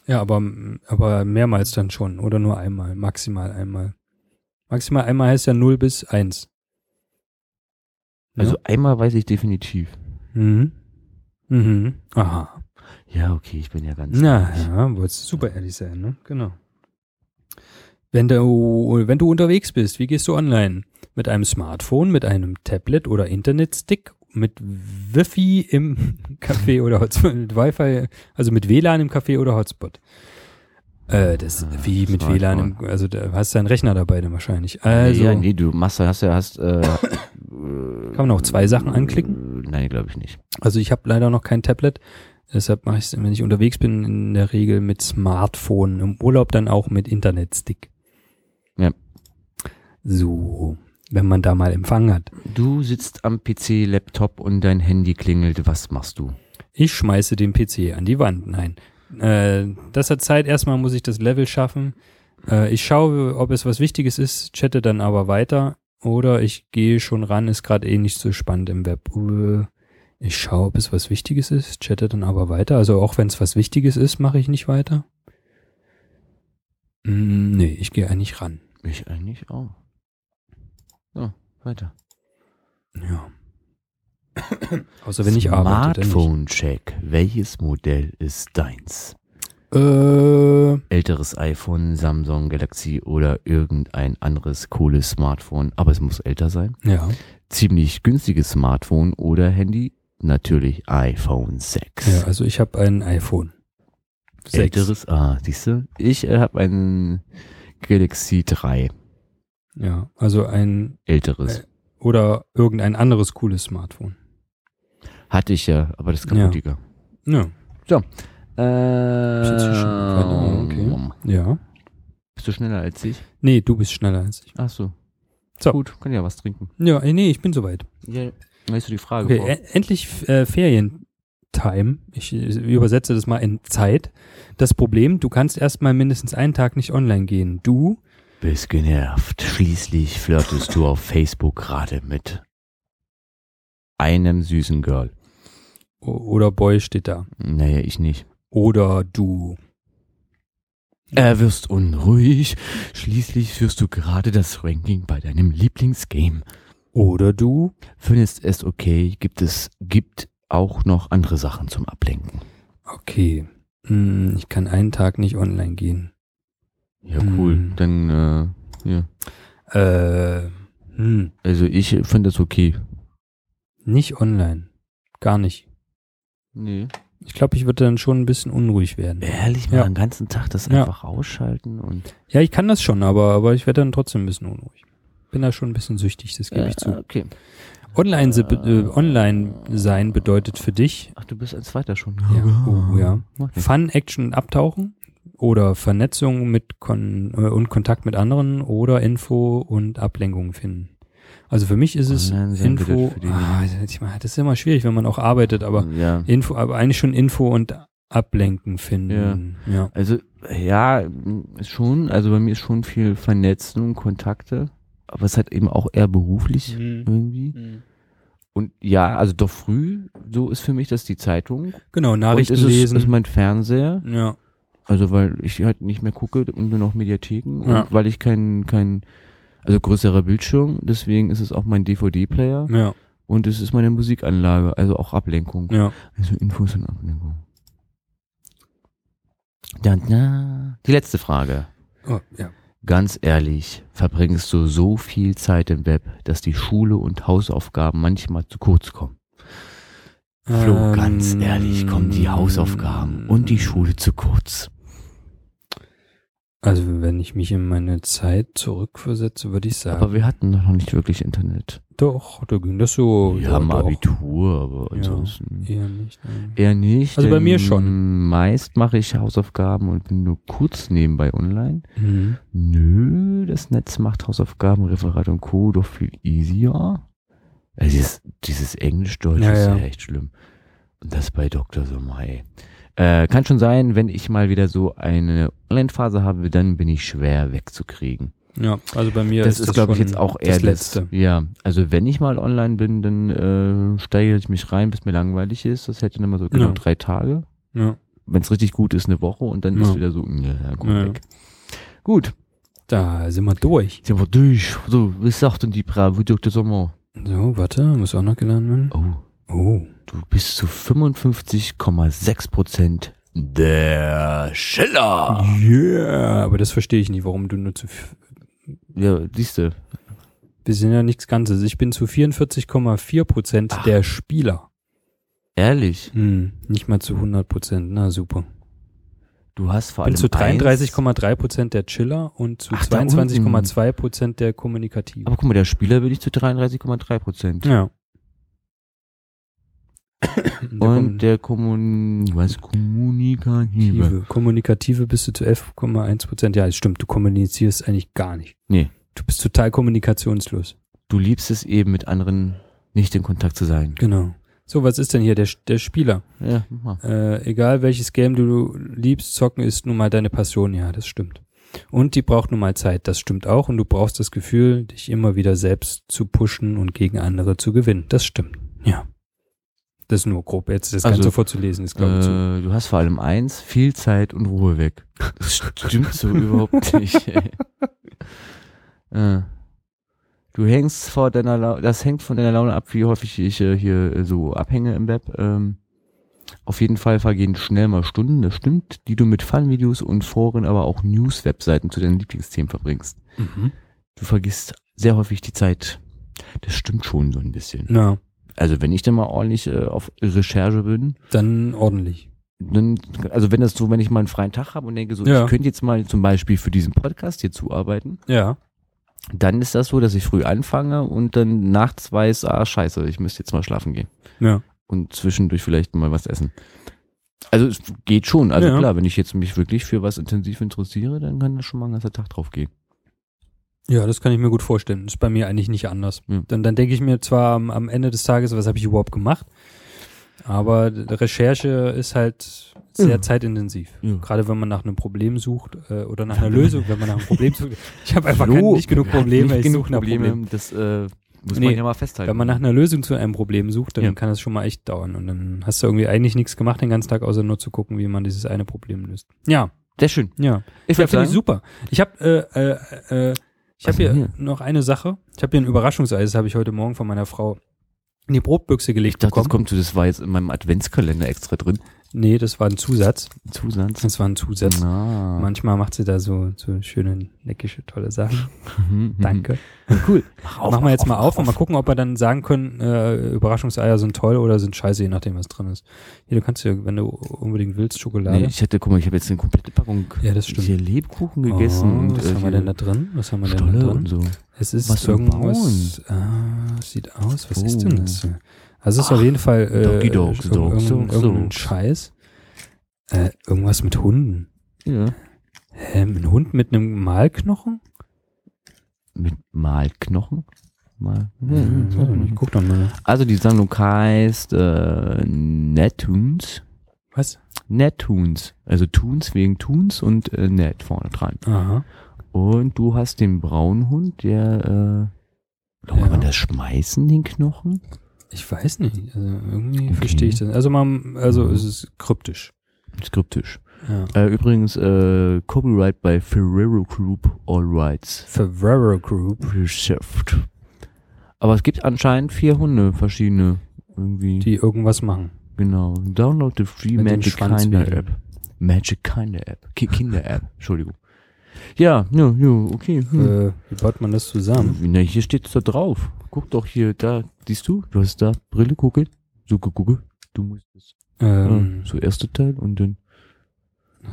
Speaker 1: Ja, aber, aber mehrmals dann schon oder nur einmal, maximal einmal. Maximal einmal heißt ja 0 bis 1. Ja.
Speaker 2: Also einmal weiß ich definitiv.
Speaker 1: Mhm. Mhm. Aha.
Speaker 2: Ja, okay, ich bin ja ganz
Speaker 1: Na,
Speaker 2: ehrlich.
Speaker 1: ja, wolltest du super ehrlich sein, ne? Genau. Wenn du, wenn du unterwegs bist, wie gehst du online? Mit einem Smartphone, mit einem Tablet oder Internetstick, mit Wifi im Café oder Hotspot, mit Wi-Fi, also mit WLAN im Café oder Hotspot. Äh, das,
Speaker 2: Ah,
Speaker 1: wie mit
Speaker 2: Smartphone.
Speaker 1: WLAN, im, also da hast du deinen Rechner dabei dann wahrscheinlich. Also,
Speaker 2: ja, nee, du machst, hast ja, hast, äh,
Speaker 1: kann man auch zwei Sachen anklicken?
Speaker 2: Nein, glaube ich nicht.
Speaker 1: Also ich habe leider noch kein Tablet, deshalb mache ich es, wenn ich unterwegs bin, in der Regel mit Smartphone, im Urlaub dann auch mit Internetstick.
Speaker 2: Ja.
Speaker 1: So, wenn man da mal Empfang hat.
Speaker 2: Du sitzt am PC, Laptop und dein Handy klingelt. Was machst du?
Speaker 1: Ich schmeiße den PC an die Wand. Nein. Äh, das hat Zeit, erstmal muss ich das Level schaffen. Äh, ich schaue, ob es was Wichtiges ist, chatte dann aber weiter. Oder ich gehe schon ran, ist gerade eh nicht so spannend im Web. Äh, Ich schaue, ob es was Wichtiges ist, chatte dann aber weiter. Also auch wenn es was Wichtiges ist, mache ich nicht weiter. Mm, nee, ich gehe eigentlich ran.
Speaker 2: Ich eigentlich auch. So, weiter.
Speaker 1: Ja. Außer Also wenn ich arbeite. dann nicht.
Speaker 2: Smartphone-Check. Welches Modell ist deins?
Speaker 1: Äh,
Speaker 2: Älteres iPhone, Samsung Galaxy oder irgendein anderes cooles Smartphone, aber es muss älter sein.
Speaker 1: Äh, ja.
Speaker 2: Ziemlich günstiges Smartphone oder Handy? Natürlich iPhone 6.
Speaker 1: ja, also ich habe ein iPhone. Sechs.
Speaker 2: Älteres, ah, siehst du? Ich äh, habe ein Galaxy 3,
Speaker 1: Ja, also ein
Speaker 2: älteres.
Speaker 1: Äh. oder irgendein anderes cooles Smartphone.
Speaker 2: Hatte ich ja, aber das ist
Speaker 1: Ja.
Speaker 2: kaputt.
Speaker 1: Ja.
Speaker 2: Äh,
Speaker 1: Ich inzwischen- keine Ahnung, okay. Ja.
Speaker 2: Ähm, Bist du schneller als ich?
Speaker 1: Nee, du bist schneller als ich.
Speaker 2: Ach so.
Speaker 1: So.
Speaker 2: Gut, kann ja was trinken.
Speaker 1: Ja, äh, nee, ich bin soweit.
Speaker 2: Ja. Weißt du die Frage?
Speaker 1: Okay,
Speaker 2: vor?
Speaker 1: e- endlich äh, Ferientime. Ich äh, übersetze das mal in Zeit. Das Problem, du kannst erstmal mindestens einen Tag nicht online gehen. Du?
Speaker 2: Bist genervt. Schließlich flirtest du auf Facebook gerade mit einem süßen Girl.
Speaker 1: O oder Boy steht da.
Speaker 2: Naja, ich nicht.
Speaker 1: Oder du.
Speaker 2: Er Äh, wirst unruhig. Schließlich führst du gerade das Ranking bei deinem Lieblingsgame.
Speaker 1: Oder du?
Speaker 2: Findest es okay, gibt es, gibt auch noch andere Sachen zum Ablenken.
Speaker 1: Okay. Hm, ich kann einen Tag nicht online gehen.
Speaker 2: Ja,
Speaker 1: cool.
Speaker 2: Dann, äh, ja.
Speaker 1: Äh, hm,
Speaker 2: Also ich finde das okay.
Speaker 1: nicht online. Gar nicht.
Speaker 2: Nee.
Speaker 1: Ich glaube, ich würde dann schon ein bisschen unruhig werden.
Speaker 2: Ehrlich, mal
Speaker 1: Ja.
Speaker 2: den ganzen Tag das
Speaker 1: Ja.
Speaker 2: einfach ausschalten und.
Speaker 1: Ja, ich kann das schon, aber, aber ich werde dann trotzdem ein bisschen unruhig. Bin da schon ein bisschen süchtig, das gebe ich
Speaker 2: Äh,
Speaker 1: zu.
Speaker 2: Okay.
Speaker 1: Online, se- äh, online sein bedeutet für dich
Speaker 2: Ach, du bist ein zweiter schon.
Speaker 1: Ja. Oh, ja.
Speaker 2: Okay.
Speaker 1: Fun, Action und Abtauchen oder Vernetzung mit Kon äh, und Kontakt mit anderen oder Info und Ablenkung finden. Also für mich ist es
Speaker 2: Online sein
Speaker 1: Info.
Speaker 2: bedeutet für die-
Speaker 1: Ah, ich meine, das ist immer schwierig, wenn man auch arbeitet, aber
Speaker 2: ja.
Speaker 1: Info, aber eigentlich schon Info und Ablenken finden. Ja.
Speaker 2: Also, ja, ist schon, also bei mir ist schon viel Vernetzen und Kontakte, aber es halt eben auch eher beruflich irgendwie. Und ja, also doch früh, so ist für mich das die Zeitung.
Speaker 1: Genau,
Speaker 2: Und ist
Speaker 1: Nachrichten
Speaker 2: es
Speaker 1: lesen.
Speaker 2: ist mein Fernseher,
Speaker 1: ja.
Speaker 2: also weil ich halt nicht mehr gucke und nur noch Mediatheken
Speaker 1: Ja.
Speaker 2: und weil ich keinen, kein, also größerer Bildschirm, deswegen ist es auch mein DVD-Player
Speaker 1: Ja,
Speaker 2: und es ist meine Musikanlage, also auch Ablenkung.
Speaker 1: ja.
Speaker 2: Also Infos und Ablenkung. Dann, na, die letzte Frage.
Speaker 1: Oh, ja.
Speaker 2: Ganz ehrlich, verbringst du so viel Zeit im Web, dass die Schule und Hausaufgaben manchmal zu kurz kommen. Flo,
Speaker 1: Ähm,
Speaker 2: ganz ehrlich, kommen die Hausaufgaben und die Schule zu kurz.
Speaker 1: Also, wenn ich mich in meine Zeit zurückversetze, würde ich sagen,
Speaker 2: Aber wir hatten doch noch nicht wirklich Internet.
Speaker 1: doch, da ging das so.
Speaker 2: wir
Speaker 1: Oh, ja,
Speaker 2: haben
Speaker 1: doch.
Speaker 2: Abitur, aber
Speaker 1: Ja.
Speaker 2: ansonsten
Speaker 1: Eher nicht. nein.
Speaker 2: eher nicht.
Speaker 1: Also bei
Speaker 2: denn
Speaker 1: mir schon.
Speaker 2: Meist mache ich Hausaufgaben und bin nur kurz nebenbei online.
Speaker 1: Mhm.
Speaker 2: Nö, das Netz macht Hausaufgaben, Referat und Co. doch viel easier. Also dieses, dieses Englisch-Deutsch
Speaker 1: Ja,
Speaker 2: ist ja.
Speaker 1: ja.
Speaker 2: echt schlimm. Und das bei Dr. Sommer, ey. Äh, kann schon sein, wenn ich mal wieder so eine Online-Phase habe, dann bin ich schwer wegzukriegen.
Speaker 1: Ja, also bei mir
Speaker 2: das ist, glaube ich,
Speaker 1: schon
Speaker 2: jetzt auch eher
Speaker 1: das Letzte.
Speaker 2: Ja, also wenn ich mal online bin, dann äh, steigere ich mich rein, bis mir langweilig ist. Das hält dann immer so genau
Speaker 1: Ja.
Speaker 2: drei Tage.
Speaker 1: Ja.
Speaker 2: Wenn es richtig gut ist, eine Woche und dann
Speaker 1: Ja.
Speaker 2: ist wieder so, ja, ja, gut,
Speaker 1: Ja.
Speaker 2: weg. Gut,
Speaker 1: Da sind wir durch.
Speaker 2: sind wir durch. So, was sagt denn die Bravo Dr. Sommer?
Speaker 1: So, warte, muss auch noch geladen werden.
Speaker 2: Oh,
Speaker 1: Oh.
Speaker 2: du bist zu 55,6 Prozent der Schiller.
Speaker 1: Yeah, aber das verstehe ich nicht, warum du nur zu. f-
Speaker 2: Ja, siehste.
Speaker 1: Wir sind ja nichts Ganzes. Ich bin zu 44,4 Prozent
Speaker 2: Ach.
Speaker 1: der Spieler.
Speaker 2: Ehrlich,
Speaker 1: Hm, nicht mal zu 100 Prozent. Na super.
Speaker 2: du hast vor
Speaker 1: bin
Speaker 2: allem
Speaker 1: zu
Speaker 2: eins-
Speaker 1: 33,3 Prozent der Chiller und zu
Speaker 2: Ach, da unten.
Speaker 1: 22,2 Prozent der Kommunikativen.
Speaker 2: Aber guck mal, der Spieler bin ich zu 33,3 Prozent.
Speaker 1: Ja.
Speaker 2: Und der Kommun... Was? Kommunikative.
Speaker 1: Kommunikative. Kommunikative bist du zu 11,1 Prozent. Ja, es stimmt. Du kommunizierst eigentlich gar nicht.
Speaker 2: Nee.
Speaker 1: Du bist total kommunikationslos.
Speaker 2: Du liebst es eben, mit anderen nicht in Kontakt zu sein.
Speaker 1: Genau. So, was ist denn hier der, der Spieler?
Speaker 2: Ja, mach mal.
Speaker 1: Äh, egal welches Game du liebst, zocken ist nun mal deine Passion. Ja, das stimmt. Und die braucht nun mal Zeit. Das stimmt auch. Und du brauchst das Gefühl, dich immer wieder selbst zu pushen und gegen andere zu gewinnen. Das stimmt. Ja. Das ist nur grob. Jetzt das
Speaker 2: Also,
Speaker 1: Ganze vorzulesen ist, glaube ich, zu.
Speaker 2: Äh, du hast vor allem eins, viel Zeit und Ruhe weg. Das stimmt so überhaupt nicht. ey. äh, du hängst vor deiner Laune, das hängt von deiner Laune ab, wie häufig ich äh, hier äh, so abhänge im Web. Ähm, auf jeden Fall vergehen schnell mal Stunden, das stimmt, die du mit Fun-Videos und Foren, aber auch News-Webseiten zu deinen Lieblingsthemen verbringst.
Speaker 1: Mhm.
Speaker 2: Du vergisst sehr häufig die Zeit. Das stimmt schon so ein bisschen.
Speaker 1: Na,
Speaker 2: Also wenn ich dann mal ordentlich äh, auf Recherche bin,
Speaker 1: dann ordentlich.
Speaker 2: dann, also wenn das so, wenn ich mal einen freien Tag habe und denke so,
Speaker 1: Ja.
Speaker 2: ich könnte jetzt mal zum Beispiel für diesen Podcast hier zuarbeiten,
Speaker 1: Ja.
Speaker 2: dann ist das so, dass ich früh anfange und dann nachts weiß, ah, scheiße, ich müsste jetzt mal schlafen gehen.
Speaker 1: Ja.
Speaker 2: Und zwischendurch vielleicht mal was essen. Also es geht schon. Also
Speaker 1: Ja.
Speaker 2: klar, wenn ich jetzt mich wirklich für was intensiv interessiere, dann kann das schon mal ein ganzer Tag drauf gehen.
Speaker 1: Ja, das kann ich mir gut vorstellen. Ist bei mir eigentlich nicht anders.
Speaker 2: Ja.
Speaker 1: Dann, dann denke ich mir zwar am, am Ende des Tages, was habe ich überhaupt gemacht, aber d- Recherche ist halt sehr
Speaker 2: Ja.
Speaker 1: zeitintensiv.
Speaker 2: Hm. Ja.
Speaker 1: Gerade wenn man nach einem Problem sucht äh, oder nach einer Lösung, wenn man nach einem Problem sucht. Ich habe einfach
Speaker 2: Flo,
Speaker 1: kein, nicht genug Probleme,
Speaker 2: Nicht
Speaker 1: ich
Speaker 2: genug
Speaker 1: suche nach
Speaker 2: Probleme,
Speaker 1: Problemen.
Speaker 2: das äh, muss
Speaker 1: Nee,
Speaker 2: man ja mal festhalten.
Speaker 1: Wenn man nach einer Lösung zu einem Problem sucht, dann
Speaker 2: Ja.
Speaker 1: kann das schon mal echt dauern. Und dann hast du irgendwie eigentlich nichts gemacht den ganzen Tag, außer nur zu gucken, wie man dieses eine Problem löst. Ja,
Speaker 2: Sehr schön.
Speaker 1: ja.
Speaker 2: Ich
Speaker 1: Ja, finde
Speaker 2: würde
Speaker 1: ich
Speaker 2: sagen,
Speaker 1: super. Ich habe äh, äh, äh, ich hab
Speaker 2: Was
Speaker 1: hier
Speaker 2: denn hier?
Speaker 1: noch eine Sache. Ich habe hier ein Überraschungseis, das habe ich heute Morgen von meiner Frau in die Brotbüchse
Speaker 2: ich
Speaker 1: gelegt
Speaker 2: dachte, das
Speaker 1: bekommen.
Speaker 2: kommt, das war jetzt in meinem Adventskalender extra drin.
Speaker 1: nee, das war ein Zusatz.
Speaker 2: Zusatz.
Speaker 1: Das war ein Zusatz.
Speaker 2: Ah.
Speaker 1: Manchmal macht sie da so, so schöne, neckische, tolle Sachen.
Speaker 2: Mhm.
Speaker 1: Danke.
Speaker 2: Cool. Mach
Speaker 1: Machen wir jetzt mal auf und mal gucken, ob wir dann sagen können, äh, Überraschungseier sind toll oder sind scheiße, je nachdem, was drin ist. Hier, du kannst ja, wenn du unbedingt willst, Schokolade.
Speaker 2: Nee, ich hatte, guck mal, ich habe jetzt eine komplette Packung
Speaker 1: Ja, das stimmt.
Speaker 2: hier Lebkuchen gegessen
Speaker 1: Oh,
Speaker 2: und
Speaker 1: was
Speaker 2: äh,
Speaker 1: haben wir
Speaker 2: hier
Speaker 1: denn da drin? Was haben wir denn da
Speaker 2: Stolle
Speaker 1: drin?
Speaker 2: und so.
Speaker 1: Es ist
Speaker 2: Was für Oh.
Speaker 1: irgendwas. Ah, sieht aus. Was ist denn das? hier? Also es ist auf jeden Fall äh,
Speaker 2: Doggy Dog,
Speaker 1: irg-
Speaker 2: Dog,
Speaker 1: irgendein-
Speaker 2: Dog,
Speaker 1: irgendein
Speaker 2: Dog.
Speaker 1: Scheiß. Äh, irgendwas mit Hunden.
Speaker 2: Ja.
Speaker 1: Hä, ein Hund mit einem Malknochen?
Speaker 2: Mit Malknochen. Mal.
Speaker 1: Hm, weiß ich nicht. Guck doch mal.
Speaker 2: Also die Sammlung heißt äh, Nettoons.
Speaker 1: Was?
Speaker 2: Nettoons. Also Toons wegen Toons und äh, Net vorne dran.
Speaker 1: Aha.
Speaker 2: Und du hast den braunen Hund, der äh, kann
Speaker 1: Ja.
Speaker 2: man das schmeißen, den Knochen?
Speaker 1: Ich weiß nicht. Also irgendwie
Speaker 2: Okay.
Speaker 1: verstehe ich das. Also man, also es ist kryptisch.
Speaker 2: Skriptisch.
Speaker 1: Ja.
Speaker 2: Äh, übrigens, äh, Copyright bei Ferrero Group, all rights
Speaker 1: Ferrero Group.
Speaker 2: reserved. Aber es gibt anscheinend vier Hunde, verschiedene. Irgendwie.
Speaker 1: Die irgendwas machen.
Speaker 2: genau. Download the free
Speaker 1: Mit dem
Speaker 2: Magic
Speaker 1: Schwanz
Speaker 2: Kinder
Speaker 1: wedeln.
Speaker 2: App. Magic Kinder App. Ki Kinder App. Entschuldigung. Ja, ja, ja, okay. Hm.
Speaker 1: Äh, wie baut man das zusammen?
Speaker 2: Na, hier steht's da drauf. Guck doch hier, da, siehst du? Du hast da Brille, gucke. So, gucke. Du musst das.
Speaker 1: Ähm,
Speaker 2: Ja, so, erste Teil und dann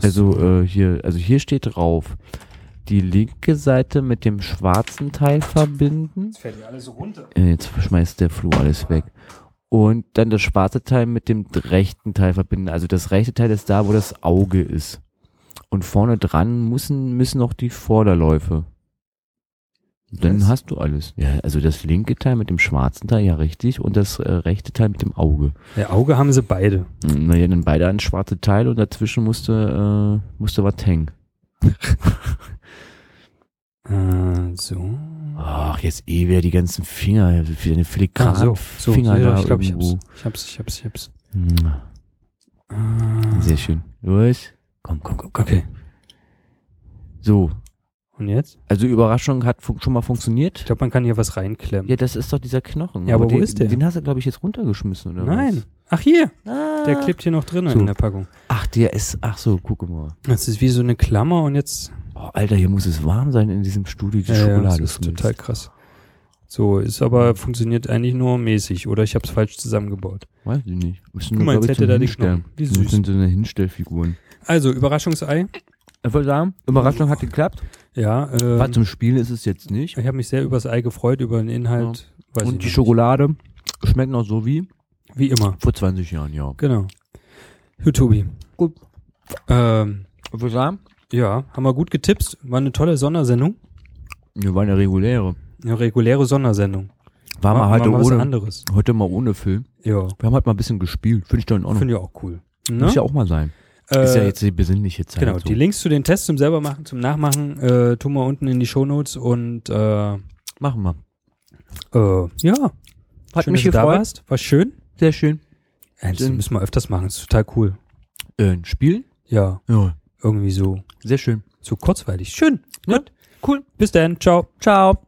Speaker 2: Also äh, hier, also hier steht drauf. Die linke Seite mit dem schwarzen Teil verbinden.
Speaker 1: Jetzt fällt ja alles runter.
Speaker 2: Äh, jetzt schmeißt der Flo alles weg. Und dann das schwarze Teil mit dem rechten Teil verbinden. Also das rechte Teil ist da, wo das Auge ist. Und vorne dran müssen, müssen noch die Vorderläufe Dann
Speaker 1: Was?
Speaker 2: hast du alles. Ja, also das linke Teil mit dem schwarzen Teil, ja richtig, und das äh, rechte Teil mit dem Auge.
Speaker 1: Ja, Auge haben sie beide.
Speaker 2: Mm, Naja, dann beide ein schwarze Teil und dazwischen musste, äh, musste was hängen.
Speaker 1: Äh, so.
Speaker 2: Ach, jetzt eh wieder die ganzen Finger, wieder eine
Speaker 1: Ah,
Speaker 2: Filikan.
Speaker 1: so, so,
Speaker 2: Finger
Speaker 1: ja,
Speaker 2: da
Speaker 1: ich glaube, ich hab's.
Speaker 2: irgendwo.
Speaker 1: Ich hab's, ich hab's, ich hab's.
Speaker 2: Mm,
Speaker 1: Äh,
Speaker 2: Hm. Sehr schön. Los. Komm, komm, komm, komm.
Speaker 1: Okay.
Speaker 2: So.
Speaker 1: Und jetzt?
Speaker 2: Also Überraschung hat fun- schon mal funktioniert.
Speaker 1: Ich glaube, man kann hier was reinklemmen.
Speaker 2: Ja, das ist doch dieser Knochen.
Speaker 1: Ja, aber wo
Speaker 2: den,
Speaker 1: ist der?
Speaker 2: Den hast du, glaube ich, jetzt runtergeschmissen, oder
Speaker 1: Nein. Ach, hier.
Speaker 2: was? Nein.
Speaker 1: Der klebt hier noch drin
Speaker 2: So.
Speaker 1: in der Packung.
Speaker 2: Ach, der ist, ach so, guck mal.
Speaker 1: Das ist wie so eine Klammer und jetzt.
Speaker 2: Oh, Alter, hier muss es warm sein in diesem Studio, die
Speaker 1: Ja, ja,
Speaker 2: Schokolade
Speaker 1: das ist
Speaker 2: zumindest.
Speaker 1: total krass. So, ist aber, funktioniert eigentlich nur mäßig oder ich hab's falsch zusammengebaut.
Speaker 2: Weiß ich nicht. Das sind
Speaker 1: Guck mal, jetzt
Speaker 2: glaub ich,
Speaker 1: hätte
Speaker 2: so
Speaker 1: da die
Speaker 2: Hinstell-
Speaker 1: Knochen. Wie
Speaker 2: Das
Speaker 1: süß.
Speaker 2: sind so eine Hinstellfiguren.
Speaker 1: Also, Überraschungsei.
Speaker 2: Ich würde sagen, Überraschung hat geklappt.
Speaker 1: Ja, ähm,
Speaker 2: Was zum Spielen ist es jetzt nicht.
Speaker 1: ich habe mich sehr übers Ei gefreut, über den Inhalt. Weiß ich
Speaker 2: Und die
Speaker 1: noch
Speaker 2: Schokolade schmeckt noch so wie
Speaker 1: nicht. Wie immer.
Speaker 2: vor 20 Jahren, ja.
Speaker 1: Genau. Für Tobi.
Speaker 2: Gut.
Speaker 1: Ähm,
Speaker 2: Ich würde sagen,
Speaker 1: ja, haben wir gut getippt. War eine tolle Sondersendung.
Speaker 2: wir waren ja reguläre.
Speaker 1: Eine reguläre Sondersendung.
Speaker 2: War mal
Speaker 1: Machen
Speaker 2: heute
Speaker 1: wir halt mal was
Speaker 2: ohne,
Speaker 1: anderes.
Speaker 2: heute mal ohne Film.
Speaker 1: Ja,
Speaker 2: Wir haben halt mal ein bisschen gespielt. Finde ich doch in Ordnung.
Speaker 1: finde ich auch cool. Ne?
Speaker 2: Muss ja auch mal sein.
Speaker 1: Äh,
Speaker 2: Ist ja jetzt die besinnliche Zeit.
Speaker 1: Genau,
Speaker 2: so.
Speaker 1: die Links zu den Tests zum selber machen, zum Nachmachen, äh, tun wir unten in die Shownotes und äh, äh,
Speaker 2: Machen wir.
Speaker 1: ja.
Speaker 2: Hat
Speaker 1: schön,
Speaker 2: mich
Speaker 1: dass du da
Speaker 2: gefreut.
Speaker 1: warst. War schön.
Speaker 2: Sehr schön.
Speaker 1: Äh, das
Speaker 2: Schön.
Speaker 1: müssen wir öfters machen, das ist total cool.
Speaker 2: Äh, ein Spiel?
Speaker 1: Ja,
Speaker 2: Ja.
Speaker 1: irgendwie so,
Speaker 2: Sehr schön.
Speaker 1: so kurzweilig. Schön.
Speaker 2: Ja.
Speaker 1: Gut. Cool. Bis dann. Ciao.
Speaker 2: Ciao.